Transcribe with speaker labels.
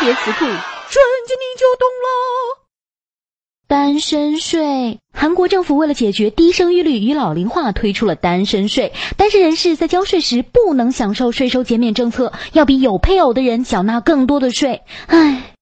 Speaker 1: 别词库，瞬间你就懂了。单身税，韩国政府为了解决低生育率与老龄化，推出了单身税。单身人士在交税时不能享受税收减免政策，要比有配偶的人缴纳更多的税。唉，